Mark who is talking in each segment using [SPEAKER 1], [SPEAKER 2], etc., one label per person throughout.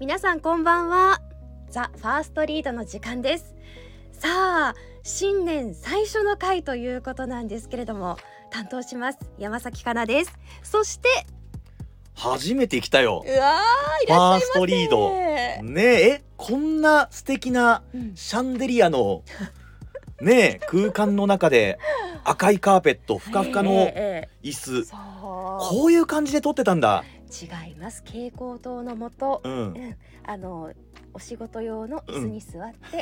[SPEAKER 1] 皆さんこんばんはザ・ファーストリードの時間ですさあ新年最初の回ということなんですけれども担当します山崎かなですそして
[SPEAKER 2] 初めて来たよ
[SPEAKER 1] うわーい
[SPEAKER 2] フ
[SPEAKER 1] ら
[SPEAKER 2] ァ
[SPEAKER 1] っしゃ
[SPEAKER 2] ー
[SPEAKER 1] いませ
[SPEAKER 2] ストリードねええこんな素敵な
[SPEAKER 1] うん
[SPEAKER 2] シャンデリアのねえ空間の中で赤いカーペットふかふか
[SPEAKER 1] え
[SPEAKER 2] の
[SPEAKER 1] ええ
[SPEAKER 2] 椅
[SPEAKER 1] え
[SPEAKER 2] 子
[SPEAKER 1] そ
[SPEAKER 2] こういう感じで撮ってたんだ
[SPEAKER 1] う違います蛍光灯のもと
[SPEAKER 2] うん
[SPEAKER 1] あのお仕事用の椅子に座 って、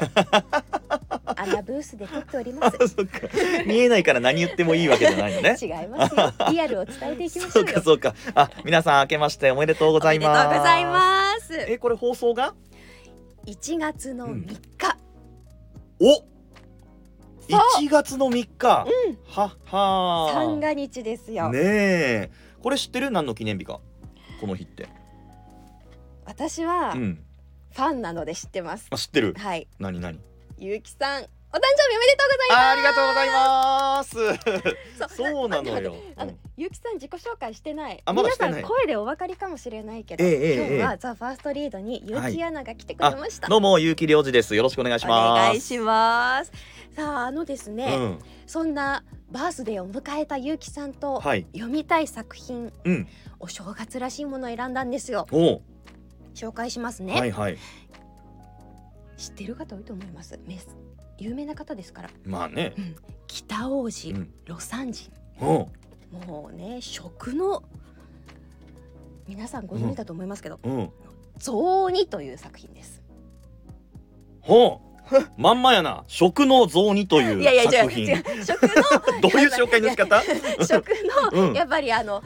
[SPEAKER 1] 穴ブースで撮っておりま
[SPEAKER 2] あ
[SPEAKER 1] す
[SPEAKER 2] そっか見えないから何言ってもいいわけじゃない のね
[SPEAKER 1] 違いますよリアルを伝えていきまし
[SPEAKER 2] そ
[SPEAKER 1] ょ
[SPEAKER 2] う
[SPEAKER 1] うよ
[SPEAKER 2] かそうかあ皆さん明けましておめでとうございます
[SPEAKER 1] おめでとうございます
[SPEAKER 2] えこれ放送が
[SPEAKER 1] 1月の3日、
[SPEAKER 2] お
[SPEAKER 1] そう
[SPEAKER 2] 1月の3日、
[SPEAKER 1] うん
[SPEAKER 2] ははー
[SPEAKER 1] 三が日ですよ、
[SPEAKER 2] ねえこれ知ってる何の記念日かこの日って
[SPEAKER 1] 私は
[SPEAKER 2] う
[SPEAKER 1] フ
[SPEAKER 2] ん
[SPEAKER 1] ァンなので知ってます、
[SPEAKER 2] あ知ってる
[SPEAKER 1] はい
[SPEAKER 2] 何何
[SPEAKER 1] ゆうきさんお誕生日おめでとうございます
[SPEAKER 2] あありがとうござい ますそうなの
[SPEAKER 1] 待って
[SPEAKER 2] よ
[SPEAKER 1] 待ってあの、
[SPEAKER 2] うん
[SPEAKER 1] ゆうきさん自己紹介してない。
[SPEAKER 2] あまだしてない
[SPEAKER 1] 皆さん声でお分かりかもしれないけど、
[SPEAKER 2] ええええ
[SPEAKER 1] 今日
[SPEAKER 2] え
[SPEAKER 1] は
[SPEAKER 2] え
[SPEAKER 1] ザファーストリードにゆうきアナが来てくれました。
[SPEAKER 2] どうも結城良二ですよろしくお願いします
[SPEAKER 1] お願いします。さああのですね、
[SPEAKER 2] うん
[SPEAKER 1] そんなバースデーを迎えたゆうきさんと、
[SPEAKER 2] はい
[SPEAKER 1] 読みたい作品、
[SPEAKER 2] うん
[SPEAKER 1] お正月らしいものを選んだんですよ。
[SPEAKER 2] おう
[SPEAKER 1] 紹介しますね。
[SPEAKER 2] はいはい
[SPEAKER 1] 知ってる方多いと思います。メス有名な方ですから。
[SPEAKER 2] まあね
[SPEAKER 1] 北王子、
[SPEAKER 2] うん
[SPEAKER 1] 魯山人、
[SPEAKER 2] おう
[SPEAKER 1] もうね食の皆さんご存知だと思いますけど、
[SPEAKER 2] うん
[SPEAKER 1] 雑煮という作品です。
[SPEAKER 2] ほうまんまやな食の雑煮という作品
[SPEAKER 1] う食の
[SPEAKER 2] どういう紹介の仕方
[SPEAKER 1] 食の、
[SPEAKER 2] うん
[SPEAKER 1] やっぱりあの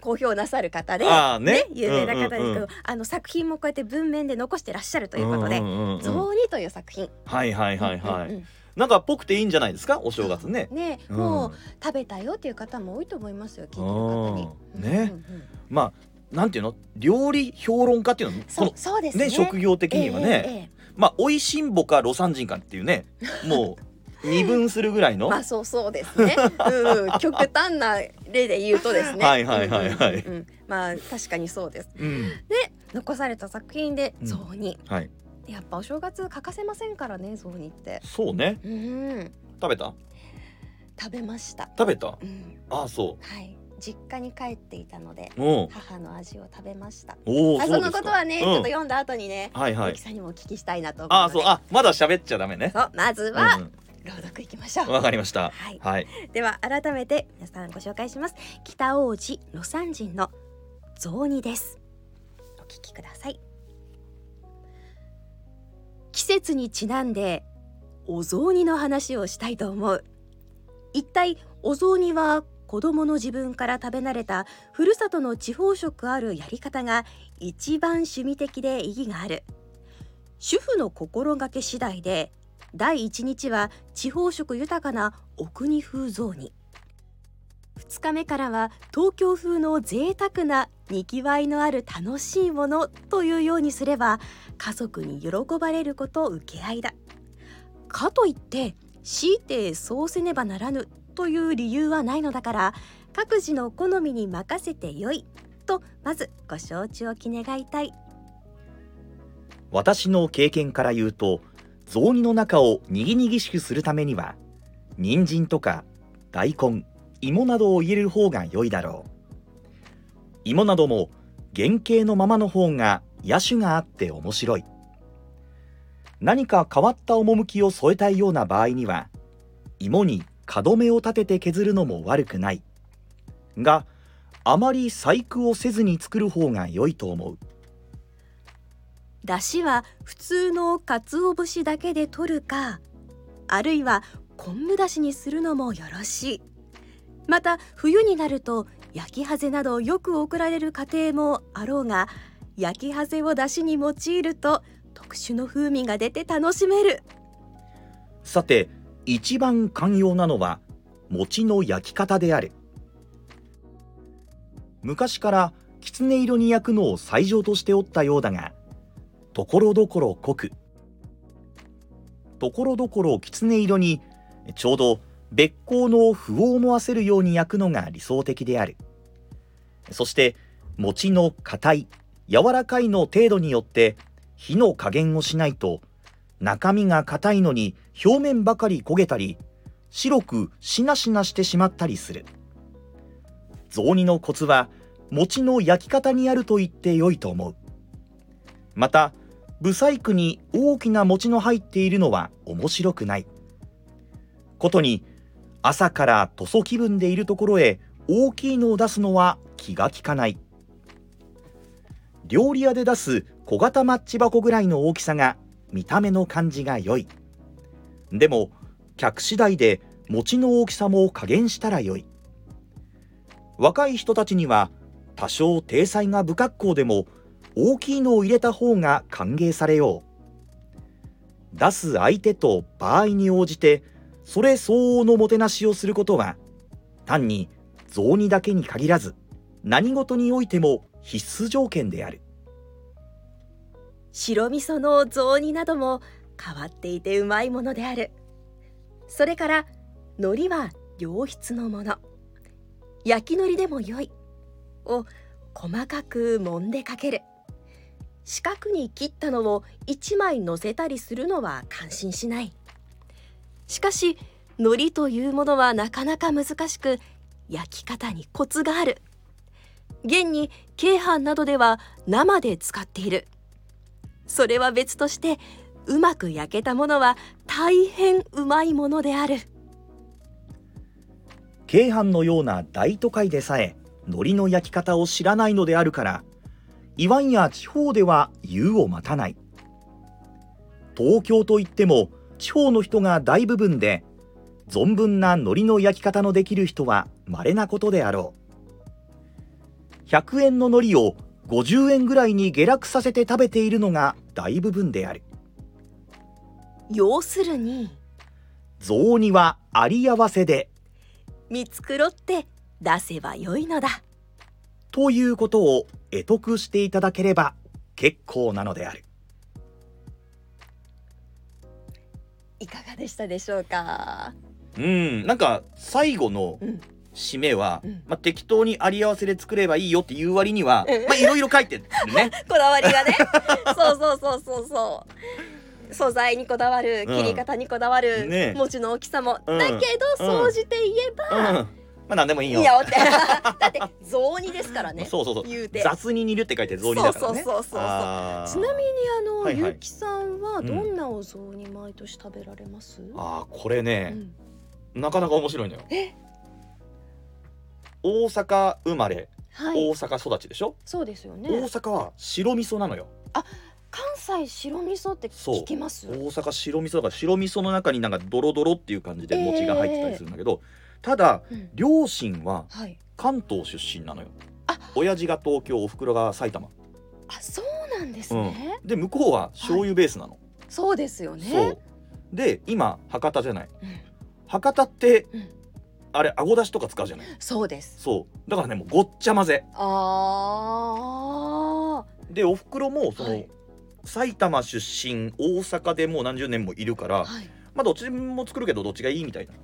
[SPEAKER 1] 好評なさる方で、
[SPEAKER 2] ああね
[SPEAKER 1] 有名な方ですけど、
[SPEAKER 2] うんうんうん
[SPEAKER 1] あの作品もこうやって文面で残してらっしゃるということで
[SPEAKER 2] んうんうん
[SPEAKER 1] 雑煮という作品
[SPEAKER 2] はいはいはいはい、
[SPEAKER 1] うんうん
[SPEAKER 2] なんかぽくていいんじゃないですかお正月ね
[SPEAKER 1] うんね
[SPEAKER 2] うん
[SPEAKER 1] もう食べたよっていう方も多いと思いますよ聞いてる方に
[SPEAKER 2] うんね
[SPEAKER 1] うんうんうん
[SPEAKER 2] まあなんていうの料理評論家っていうの
[SPEAKER 1] そう
[SPEAKER 2] こ
[SPEAKER 1] そうです
[SPEAKER 2] の
[SPEAKER 1] ね
[SPEAKER 2] ね職業的にはね、
[SPEAKER 1] ええええ
[SPEAKER 2] まあ美味しんぼか魯山人かってい うねもう二分するぐらいの、
[SPEAKER 1] まあそうそうですね。うん、 極端な例で言うとですね。
[SPEAKER 2] はいはいはいはい
[SPEAKER 1] うんうんうんまあ確かにそうです。
[SPEAKER 2] うん
[SPEAKER 1] 残された作品で
[SPEAKER 2] うん
[SPEAKER 1] 雑煮、
[SPEAKER 2] はい
[SPEAKER 1] やっぱお正月欠かせませんからね雑煮って。
[SPEAKER 2] そうね
[SPEAKER 1] うん、
[SPEAKER 2] 食べた
[SPEAKER 1] 食べました。
[SPEAKER 2] 食べた
[SPEAKER 1] うん、
[SPEAKER 2] ああそ
[SPEAKER 1] はい、実家に帰っていたので
[SPEAKER 2] ううん
[SPEAKER 1] 母の味を食べました。
[SPEAKER 2] おお
[SPEAKER 1] あ、そのことはね、ちょっと
[SPEAKER 2] っ
[SPEAKER 1] 読んだ後にね、
[SPEAKER 2] とはいは
[SPEAKER 1] ゆ
[SPEAKER 2] い
[SPEAKER 1] きさんにもお聞きしたいなと思うので。
[SPEAKER 2] ああそうあまだ喋っちゃダメね
[SPEAKER 1] そうまず
[SPEAKER 2] うん
[SPEAKER 1] は、
[SPEAKER 2] うん
[SPEAKER 1] 朗読いきましょう。
[SPEAKER 2] わ、かりました
[SPEAKER 1] はい。
[SPEAKER 2] はい
[SPEAKER 1] では改めて皆さんご紹介します北王子魯山人の雑煮ですお聞きください季節にちなんでお雑煮の話をしたいと思う一体お雑煮は子供の自分から食べ慣れたふるさとの地方食あるやり方が一番趣味的で意義がある主婦の心がけ次第で第1日は地方色豊かなお国風雑煮2日目からは東京風の贅沢なにぎわいのある楽しいものというようにすれば家族に喜ばれること受け合いだかといって強いてそうせねばならぬという理由はないのだから各自の好みに任せてよいとまずご承知おき願いたい
[SPEAKER 2] 私の経験から言うと雑煮の中をにぎにぎしくするためには人参とか大根芋などを入れる方が良いだろう芋なども原型のままの方が野種があって面白い何か変わった趣を添えたいような場合には芋に角目を立てて削るのも悪くないがあまり細工をせずに作る方が良いと思う
[SPEAKER 1] 出汁は普通の鰹節だけで取るかあるいは昆布だしにするのもよろしいまた冬になると焼きハゼなどよく送られる家庭もあろうが焼きハゼを出汁に用いると特殊の風味が出て楽しめる
[SPEAKER 2] さて一番寛容なのは餅の焼き方である昔からきつね色に焼くのを最上としておったようだがところどころ濃くところどころきつね色にちょうど別光の符を思わせるように焼くのが理想的であるそして餅の硬い柔らかいの程度によって火の加減をしないと中身が硬いのに表面ばかり焦げたり白くしなしなしてしまったりする雑煮のコツは餅の焼き方にあると言って良いと思うまたブサイクに大きな餅の入っているのは面白くないことに朝から塗装気分でいるところへ大きいのを出すのは気が利かない料理屋で出す小型マッチ箱ぐらいの大きさが見た目の感じが良いでも客次第で餅の大きさも加減したら良い若い人たちには多少体裁が不格好でも大きいのを入れた方が歓迎されよう出す相手と場合に応じてそれ相応のもてなしをすることは単に雑煮だけに限らず何事においても必須条件である
[SPEAKER 1] 白味噌の雑煮なども変わっていてうまいものであるそれから海苔は良質のもの焼き海苔でも良いを細かく揉んでかける四角に切ったのを1枚乗せたりするのは感心しないしかし海苔というものはなかなか難しく焼き方にコツがある現に京阪などでは生で使っているそれは別としてうまく焼けたものは大変うまいものである
[SPEAKER 2] 京阪のような大都会でさえ海苔の焼き方を知らないのであるからいわんや地方では言うを待たない東京といっても地方の人が大部分で存分な海苔の焼き方のできる人は稀なことであろう100円の海苔を50円ぐらいに下落させて食べているのが大部分である
[SPEAKER 1] 要するに
[SPEAKER 2] 雑煮はあり合わせで
[SPEAKER 1] 見繕って出せば良いのだ
[SPEAKER 2] ということを得得していただければ結構なのである
[SPEAKER 1] いかがでしたでしょうか
[SPEAKER 2] うんなんか最後の
[SPEAKER 1] うん
[SPEAKER 2] 締めは、
[SPEAKER 1] うん
[SPEAKER 2] まあ、適当にあり合わせで作ればいいよっていう割には、
[SPEAKER 1] うん
[SPEAKER 2] まあいろいろ書いてるね
[SPEAKER 1] こだわりがねそうそうそうそうそう素材にこだわる切り方にこだわる、
[SPEAKER 2] うんね
[SPEAKER 1] 餅の大きさも、
[SPEAKER 2] うん
[SPEAKER 1] だけど
[SPEAKER 2] うん
[SPEAKER 1] 総じて言え
[SPEAKER 2] うん
[SPEAKER 1] ば、
[SPEAKER 2] まあ何でもいい
[SPEAKER 1] い
[SPEAKER 2] よ
[SPEAKER 1] いよってだって雑煮ですから ね
[SPEAKER 2] そうそうそう
[SPEAKER 1] 言うて
[SPEAKER 2] 雑に煮るって書いて雑煮だからね
[SPEAKER 1] そうそうそうそう
[SPEAKER 2] あー
[SPEAKER 1] ちなみにあの、
[SPEAKER 2] はいはい
[SPEAKER 1] ゆきさんは
[SPEAKER 2] うん
[SPEAKER 1] どんなお雑煮毎年食べられます、
[SPEAKER 2] あーこれ
[SPEAKER 1] う
[SPEAKER 2] ね、
[SPEAKER 1] ん
[SPEAKER 2] なかなか面白いのよ
[SPEAKER 1] え
[SPEAKER 2] 大阪生まれ、
[SPEAKER 1] はい
[SPEAKER 2] 大阪育ちでしょ、
[SPEAKER 1] そうですよ
[SPEAKER 2] 大
[SPEAKER 1] ね
[SPEAKER 2] 阪は白味噌なのよ
[SPEAKER 1] 関西白味噌って
[SPEAKER 2] そう
[SPEAKER 1] 聞きます
[SPEAKER 2] 大阪白味噌だから白味噌の中になんかドロドロっていう感じで餅が入ってたりするんだけど、ただ
[SPEAKER 1] うん
[SPEAKER 2] 両親は
[SPEAKER 1] はい
[SPEAKER 2] 関東出身なのよ
[SPEAKER 1] あ
[SPEAKER 2] 親父が東京おふくろが埼玉
[SPEAKER 1] あそうなんですね、
[SPEAKER 2] で向こうは醤油ベースなの、
[SPEAKER 1] そうですよね
[SPEAKER 2] そうで今博多じゃない
[SPEAKER 1] うん
[SPEAKER 2] 博多って、
[SPEAKER 1] うん
[SPEAKER 2] あれあごだしとか使うじゃない
[SPEAKER 1] そうです
[SPEAKER 2] そうだからねもうごっちゃ混ぜ
[SPEAKER 1] あ
[SPEAKER 2] でおふくろもその、
[SPEAKER 1] はい
[SPEAKER 2] 埼玉出身大阪でもう何十年もいるから、
[SPEAKER 1] あ、はい、
[SPEAKER 2] まあどっちも作るけどどっちがいいみたいな、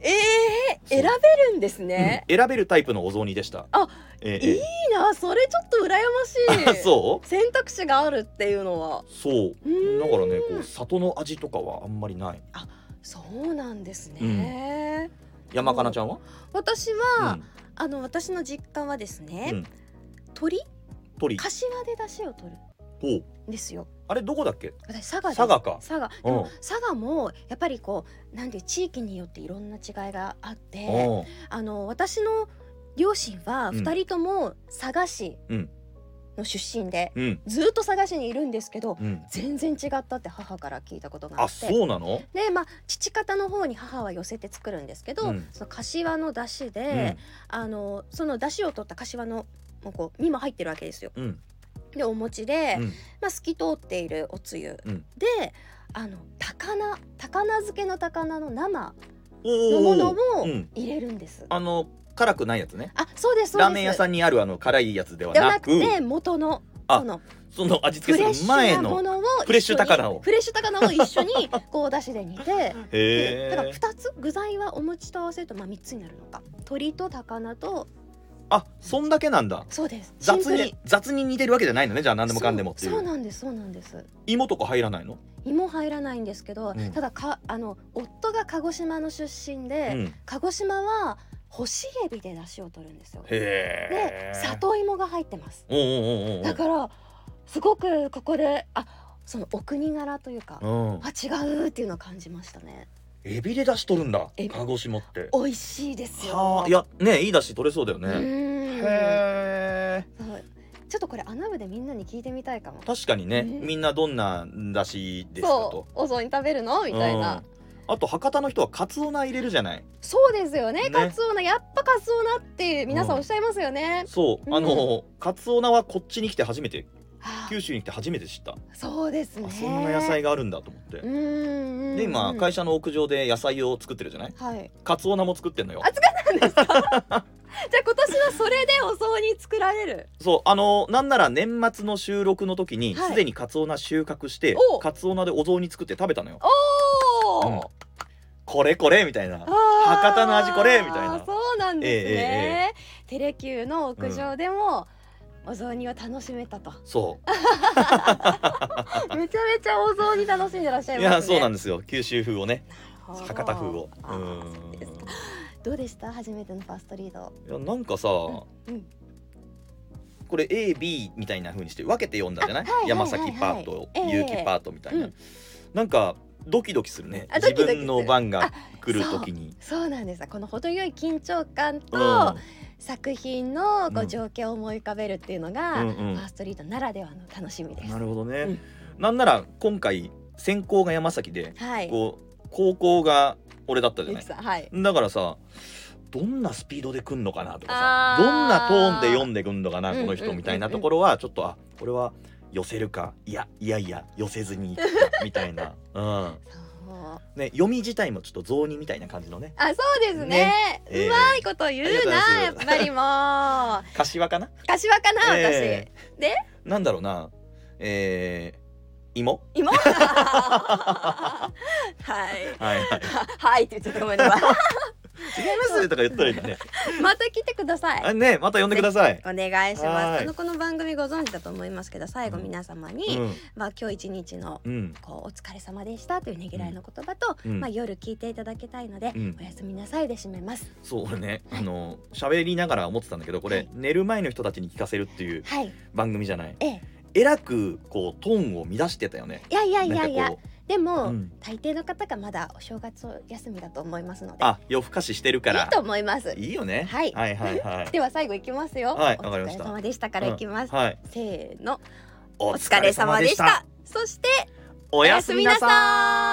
[SPEAKER 1] えー、
[SPEAKER 2] そ
[SPEAKER 1] 選
[SPEAKER 2] う
[SPEAKER 1] べるんですね、
[SPEAKER 2] うん選べるタイプのお雑煮でした
[SPEAKER 1] あ
[SPEAKER 2] え
[SPEAKER 1] いいなそれちょっと羨ま
[SPEAKER 2] あ
[SPEAKER 1] しい
[SPEAKER 2] そう
[SPEAKER 1] 選択肢があるっていうのは
[SPEAKER 2] そう
[SPEAKER 1] うーん
[SPEAKER 2] だからねこう里の味とかはあんまりない
[SPEAKER 1] そうなんですね、
[SPEAKER 2] 山かなちゃんは、
[SPEAKER 1] 私
[SPEAKER 2] う
[SPEAKER 1] は、
[SPEAKER 2] ん、
[SPEAKER 1] あの私の実家はですね、
[SPEAKER 2] うん
[SPEAKER 1] 鳥
[SPEAKER 2] 鳥
[SPEAKER 1] 柏で出汁を取る
[SPEAKER 2] お
[SPEAKER 1] んですよ
[SPEAKER 2] あれどこだっけ
[SPEAKER 1] 私佐賀です
[SPEAKER 2] 佐賀か
[SPEAKER 1] 佐賀
[SPEAKER 2] う
[SPEAKER 1] で
[SPEAKER 2] ん
[SPEAKER 1] も佐賀もやっぱりこうなんていう地域によっていろんな違いがあって、
[SPEAKER 2] うん
[SPEAKER 1] あの私の両親は
[SPEAKER 2] うん
[SPEAKER 1] 2人とも佐賀市
[SPEAKER 2] うん
[SPEAKER 1] の出身で、
[SPEAKER 2] うん
[SPEAKER 1] ずっと佐賀市にいるんですけど
[SPEAKER 2] うん
[SPEAKER 1] 全然違ったって母から聞いたことがあ
[SPEAKER 2] あ
[SPEAKER 1] って
[SPEAKER 2] そうなの
[SPEAKER 1] でまあ父方の方に母は寄せて作るんですけど、
[SPEAKER 2] うん
[SPEAKER 1] その柏の出汁で、あのその出汁を取った柏のもうこう身も入ってるわけですよ。
[SPEAKER 2] うんうん
[SPEAKER 1] でお餅で、
[SPEAKER 2] うん
[SPEAKER 1] まあ、透き通っているおつゆ、
[SPEAKER 2] うん
[SPEAKER 1] であの高菜高菜漬けの高菜の生の
[SPEAKER 2] おー
[SPEAKER 1] もの
[SPEAKER 2] う
[SPEAKER 1] を
[SPEAKER 2] ん
[SPEAKER 1] 入れるんです。
[SPEAKER 2] あの辛くないやつね
[SPEAKER 1] あそうですそうです
[SPEAKER 2] ラーメン屋さんにあるあの辛いやつでは
[SPEAKER 1] ではな
[SPEAKER 2] な
[SPEAKER 1] く
[SPEAKER 2] く
[SPEAKER 1] て元の
[SPEAKER 2] あ
[SPEAKER 1] その
[SPEAKER 2] その味
[SPEAKER 1] フレ
[SPEAKER 2] 付け
[SPEAKER 1] ッ
[SPEAKER 2] す
[SPEAKER 1] シ
[SPEAKER 2] る
[SPEAKER 1] ュ
[SPEAKER 2] 前
[SPEAKER 1] なも
[SPEAKER 2] の
[SPEAKER 1] のを一緒に
[SPEAKER 2] フレッシュ高菜を
[SPEAKER 1] フレッシュ高菜を一緒 にこうお出汁で煮て
[SPEAKER 2] へ
[SPEAKER 1] だから
[SPEAKER 2] え
[SPEAKER 1] 二つ具材はお餅と合わせるとまあ三つになるのか鶏と高菜と
[SPEAKER 2] あそんだけなんだ
[SPEAKER 1] そうですシン
[SPEAKER 2] 雑
[SPEAKER 1] プル
[SPEAKER 2] に雑に似てるわけじゃないのねじゃあ何でもかんでもってい
[SPEAKER 1] そうそう
[SPEAKER 2] う
[SPEAKER 1] なんですそうなんです
[SPEAKER 2] 芋とか入らないの、
[SPEAKER 1] 芋入らないんですけど、
[SPEAKER 2] うん
[SPEAKER 1] ただかあの夫が鹿児島の出身
[SPEAKER 2] う
[SPEAKER 1] で、
[SPEAKER 2] ん、へ
[SPEAKER 1] 鹿児島は干しエビで出汁を取るんですよで
[SPEAKER 2] え
[SPEAKER 1] 里芋が入ってます
[SPEAKER 2] うんうんうんうん
[SPEAKER 1] だからすごくここであそのお国柄というか、
[SPEAKER 2] うん
[SPEAKER 1] あ違うっていうのを感じましたね
[SPEAKER 2] エビで出汁取るんだ
[SPEAKER 1] エビ
[SPEAKER 2] 鹿児島って
[SPEAKER 1] 美味しいですよ
[SPEAKER 2] はあいやねいい出汁取れそうだよ
[SPEAKER 1] う
[SPEAKER 2] ね、
[SPEAKER 1] ーん
[SPEAKER 2] へえ
[SPEAKER 1] そうちょっとこれ穴部でみんなに聞いてみたいかも
[SPEAKER 2] 確かにね、
[SPEAKER 1] ね
[SPEAKER 2] みんなどんな出汁ですか
[SPEAKER 1] そ
[SPEAKER 2] と
[SPEAKER 1] うお雑煮食べるのみたいな、
[SPEAKER 2] うんあと博多の人はカツオナ入れるじゃない
[SPEAKER 1] そうですよね
[SPEAKER 2] ね
[SPEAKER 1] カツオナやっぱカツオナって皆さんおっしゃいますよね、
[SPEAKER 2] そうあの、カツオナはこっちに来て初めて
[SPEAKER 1] はあ
[SPEAKER 2] 九州に来て初めて知った、
[SPEAKER 1] そうですね
[SPEAKER 2] あそんな野菜があるんだと思って、
[SPEAKER 1] うんうんうん
[SPEAKER 2] で今会社の屋上で野菜を作ってるじゃない
[SPEAKER 1] はい
[SPEAKER 2] カツオナも作ってんのよ
[SPEAKER 1] あじゃあ今年はそれでお雑煮作られる
[SPEAKER 2] そうあのなんなら年末の収録の時に
[SPEAKER 1] はい
[SPEAKER 2] すでにカツオナ収穫して
[SPEAKER 1] お
[SPEAKER 2] カツオナでお雑煮作って食べたのよ
[SPEAKER 1] お
[SPEAKER 2] うん
[SPEAKER 1] お、
[SPEAKER 2] これこれみたいな
[SPEAKER 1] あー
[SPEAKER 2] 博多の味これみたいな
[SPEAKER 1] そうなんです
[SPEAKER 2] ええ
[SPEAKER 1] ね、テレキューの屋上でも、お雑煮を楽しめたと
[SPEAKER 2] そ
[SPEAKER 1] めちゃめちゃお雑煮楽しんでらっしゃ
[SPEAKER 2] う
[SPEAKER 1] い
[SPEAKER 2] い
[SPEAKER 1] ますね
[SPEAKER 2] やそうなん
[SPEAKER 1] で
[SPEAKER 2] ですよ九州風をね
[SPEAKER 1] す
[SPEAKER 2] 博多風を
[SPEAKER 1] あー
[SPEAKER 2] うん
[SPEAKER 1] そうですかどうでした初めてのファーストリード
[SPEAKER 2] いやなんかさ、
[SPEAKER 1] うん
[SPEAKER 2] これ AB みたいな風にして分けて読んだじゃない,、
[SPEAKER 1] あはいはい
[SPEAKER 2] 山崎パート、
[SPEAKER 1] はいはいええ
[SPEAKER 2] 結城パートみたいな、
[SPEAKER 1] うん
[SPEAKER 2] なんかドキドキするね
[SPEAKER 1] あドキドキする
[SPEAKER 2] 自分の番が来る時に。
[SPEAKER 1] そうなんですこの程よい緊張感と、
[SPEAKER 2] うん
[SPEAKER 1] 作品のこ
[SPEAKER 2] う
[SPEAKER 1] うん情景を思い浮かべるっていうのが、
[SPEAKER 2] うんうん
[SPEAKER 1] ファーストリードならではの楽しみです
[SPEAKER 2] なるほどね、
[SPEAKER 1] うん
[SPEAKER 2] なんなら今回先行が山崎で
[SPEAKER 1] はい
[SPEAKER 2] こう高校が俺だったじゃ
[SPEAKER 1] ゆ
[SPEAKER 2] な
[SPEAKER 1] き
[SPEAKER 2] い
[SPEAKER 1] さんはい
[SPEAKER 2] だからさどんなスピードで来んのかなとか
[SPEAKER 1] あ
[SPEAKER 2] さ
[SPEAKER 1] ー
[SPEAKER 2] どんなトーンで読んでくんのかな
[SPEAKER 1] うんう
[SPEAKER 2] こ
[SPEAKER 1] んうんう
[SPEAKER 2] の
[SPEAKER 1] ん
[SPEAKER 2] 人みたいなところはちょっとあこれは寄せるかいやいやいや寄せずにいったみたい な、うん
[SPEAKER 1] そう
[SPEAKER 2] ね、読み自体もちょっと雑煮みたいな感じのね
[SPEAKER 1] あそうですね
[SPEAKER 2] ねえー
[SPEAKER 1] うまいこと言うな、
[SPEAKER 2] あ
[SPEAKER 1] や
[SPEAKER 2] り
[SPEAKER 1] っ
[SPEAKER 2] がとう
[SPEAKER 1] ぱ りもう
[SPEAKER 2] 柏かな
[SPEAKER 1] 柏かな私、
[SPEAKER 2] え
[SPEAKER 1] で
[SPEAKER 2] なんだろうなえー、芋
[SPEAKER 1] 芋はい
[SPEAKER 2] はいはい
[SPEAKER 1] ははいって言っちゃったごめん なさい
[SPEAKER 2] 違いますとか言ったらいいの ね
[SPEAKER 1] また来てください
[SPEAKER 2] あねまた呼んでください、
[SPEAKER 1] お願いし
[SPEAKER 2] は
[SPEAKER 1] ま
[SPEAKER 2] い
[SPEAKER 1] すあのこの番組ご存知だと思いますけど最後皆様に、
[SPEAKER 2] うん
[SPEAKER 1] まあ今日一日の
[SPEAKER 2] うん
[SPEAKER 1] こうお疲れ様でしたというねぎらいの言葉と、
[SPEAKER 2] うん
[SPEAKER 1] まあ夜聞いていただきたいので、
[SPEAKER 2] うん
[SPEAKER 1] おやすみなさいで締めます
[SPEAKER 2] そう俺ねあの喋りながら思ってたんだけどこれ、
[SPEAKER 1] はい
[SPEAKER 2] 寝る前の人たちに聞かせるっていう
[SPEAKER 1] はい
[SPEAKER 2] 番組じゃない
[SPEAKER 1] ええ
[SPEAKER 2] えらくこうトーンを乱してたよね
[SPEAKER 1] いやいやいやい
[SPEAKER 2] なん
[SPEAKER 1] や
[SPEAKER 2] かこ
[SPEAKER 1] で
[SPEAKER 2] う、
[SPEAKER 1] も、
[SPEAKER 2] うん、
[SPEAKER 1] 大抵の方がまだお正月を休みだと思いますので
[SPEAKER 2] あ夜更かししてるか
[SPEAKER 1] い
[SPEAKER 2] ら
[SPEAKER 1] いと思います
[SPEAKER 2] いいよね、
[SPEAKER 1] はい
[SPEAKER 2] はいはいはい
[SPEAKER 1] では最後いきますよ
[SPEAKER 2] はい
[SPEAKER 1] お
[SPEAKER 2] わかり
[SPEAKER 1] 疲
[SPEAKER 2] まし
[SPEAKER 1] れ
[SPEAKER 2] た
[SPEAKER 1] 様でしたからいきます、
[SPEAKER 2] はい
[SPEAKER 1] せーの
[SPEAKER 2] お
[SPEAKER 1] お疲れ様でしたそして
[SPEAKER 2] お
[SPEAKER 1] お
[SPEAKER 2] やすみなさ
[SPEAKER 1] や
[SPEAKER 2] い
[SPEAKER 1] すみなさーい